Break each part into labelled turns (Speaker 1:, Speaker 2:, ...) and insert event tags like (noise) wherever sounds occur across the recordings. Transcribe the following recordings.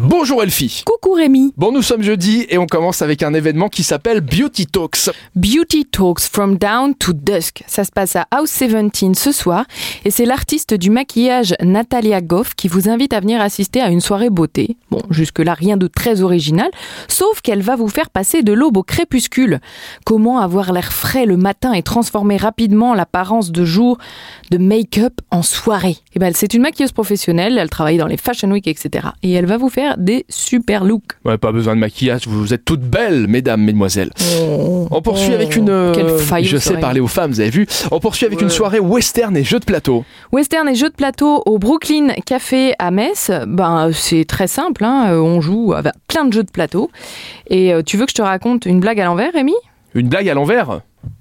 Speaker 1: Bonjour Elfie.
Speaker 2: Coucou Rémi.
Speaker 1: Bon, nous sommes jeudi et on commence avec un événement qui s'appelle Beauty Talks.
Speaker 2: Beauty Talks From Down to Dusk. Ça se passe à House 17 ce soir et c'est l'artiste du maquillage Natalia Goff qui vous invite à venir assister à une soirée beauté. Bon, jusque-là rien de très original, sauf qu'elle va vous faire passer de l'aube au crépuscule. Comment avoir l'air frais le matin et transformer rapidement l'apparence de jour de make-up en soirée Eh ben, c'est une maquilleuse professionnelle, elle travaille dans les Fashion Week, etc. Et elle va vous faire des super looks.
Speaker 1: Ouais, pas besoin de maquillage, vous êtes toutes belles, mesdames, mesdemoiselles. On poursuit avec une. euh,
Speaker 2: Oh, Quelle faille
Speaker 1: je
Speaker 2: aux
Speaker 1: sais
Speaker 2: oreilles.
Speaker 1: parler aux femmes, vous avez vu. On poursuit avec une soirée western et jeux de plateau.
Speaker 2: Western et jeux de plateau au Brooklyn Café à Metz, ben, euh, c'est très simple, hein, euh, on joue avec plein de jeux de plateau. Et euh, tu veux que je te raconte une blague à l'envers, Rémi
Speaker 1: Une blague à l'envers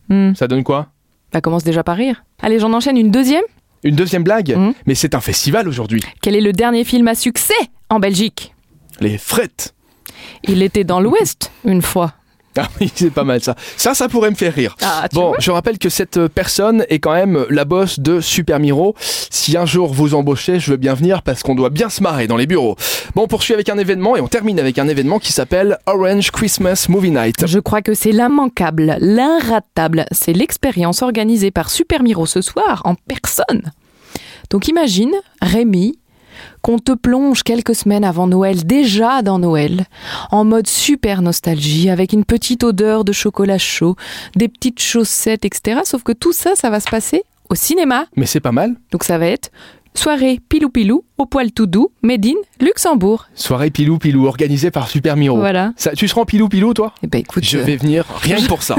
Speaker 2: Hmm,
Speaker 1: Ça donne quoi
Speaker 2: Ça Bah, commence déjà par rire. Allez, j'en enchaîne une deuxième.
Speaker 1: Une deuxième blague
Speaker 2: Mhm.
Speaker 1: Mais c'est un festival aujourd'hui.
Speaker 2: Quel est le dernier film à succès en Belgique
Speaker 1: Les frettes.
Speaker 2: Il était dans l'Ouest, une fois.
Speaker 1: (laughs) Ah oui, c'est pas mal ça. Ça, ça pourrait me faire rire.
Speaker 2: Ah, tu
Speaker 1: Bon,
Speaker 2: vois
Speaker 1: je rappelle que cette euh, personne est quand même euh, la boss de Super Miro. Si un jour vous embauchez, je veux bien venir parce qu'on doit bien se marrer dans les bureaux. Bon, on poursuit avec un événement et on termine avec un événement qui s'appelle Orange Christmas Movie Night.
Speaker 2: Je crois que c'est l'immanquable, l'inratable. C'est l'expérience organisée par Super Miro ce soir en personne. Donc imagine, Rémi, qu'on te plonge quelques semaines avant Noël, déjà dans Noël, en mode super nostalgie, avec une petite odeur de chocolat chaud, des petites chaussettes, etc. Sauf que tout ça, ça va se passer au cinéma.
Speaker 1: Mais c'est pas mal.
Speaker 2: Donc ça va être soirée pilou-pilou, au poil tout doux, Made in Luxembourg.
Speaker 1: Soirée Pilou Pilou organisée par Super Miro.
Speaker 2: Voilà.
Speaker 1: Ça, tu seras en Pilou Pilou, toi
Speaker 2: Eh ben écoute,
Speaker 1: Oh. Je
Speaker 2: euh,
Speaker 1: vais venir rien que pour ça.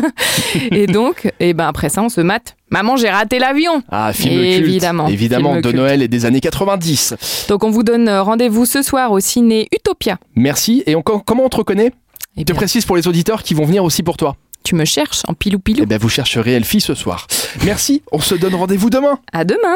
Speaker 2: et donc, eh ben après ça, on se mate. Maman, j'ai raté l'avion.
Speaker 1: Ah, film culte.
Speaker 2: Évidemment,
Speaker 1: Évidemment,
Speaker 2: film
Speaker 1: de
Speaker 2: culte.
Speaker 1: Noël et des années 90.
Speaker 2: Donc on vous donne euh, rendez-vous ce soir au ciné Utopia.
Speaker 1: Merci. Et on- comment on te reconnaît
Speaker 2: Eh
Speaker 1: Je te
Speaker 2: bien,
Speaker 1: précise pour les auditeurs qui vont venir aussi pour toi.
Speaker 2: tu me cherches en pilou
Speaker 1: Eh
Speaker 2: pilou.
Speaker 1: ben, vous chercherez Elfie ce soir. Merci, on se donne rendez-vous demain.
Speaker 2: À demain.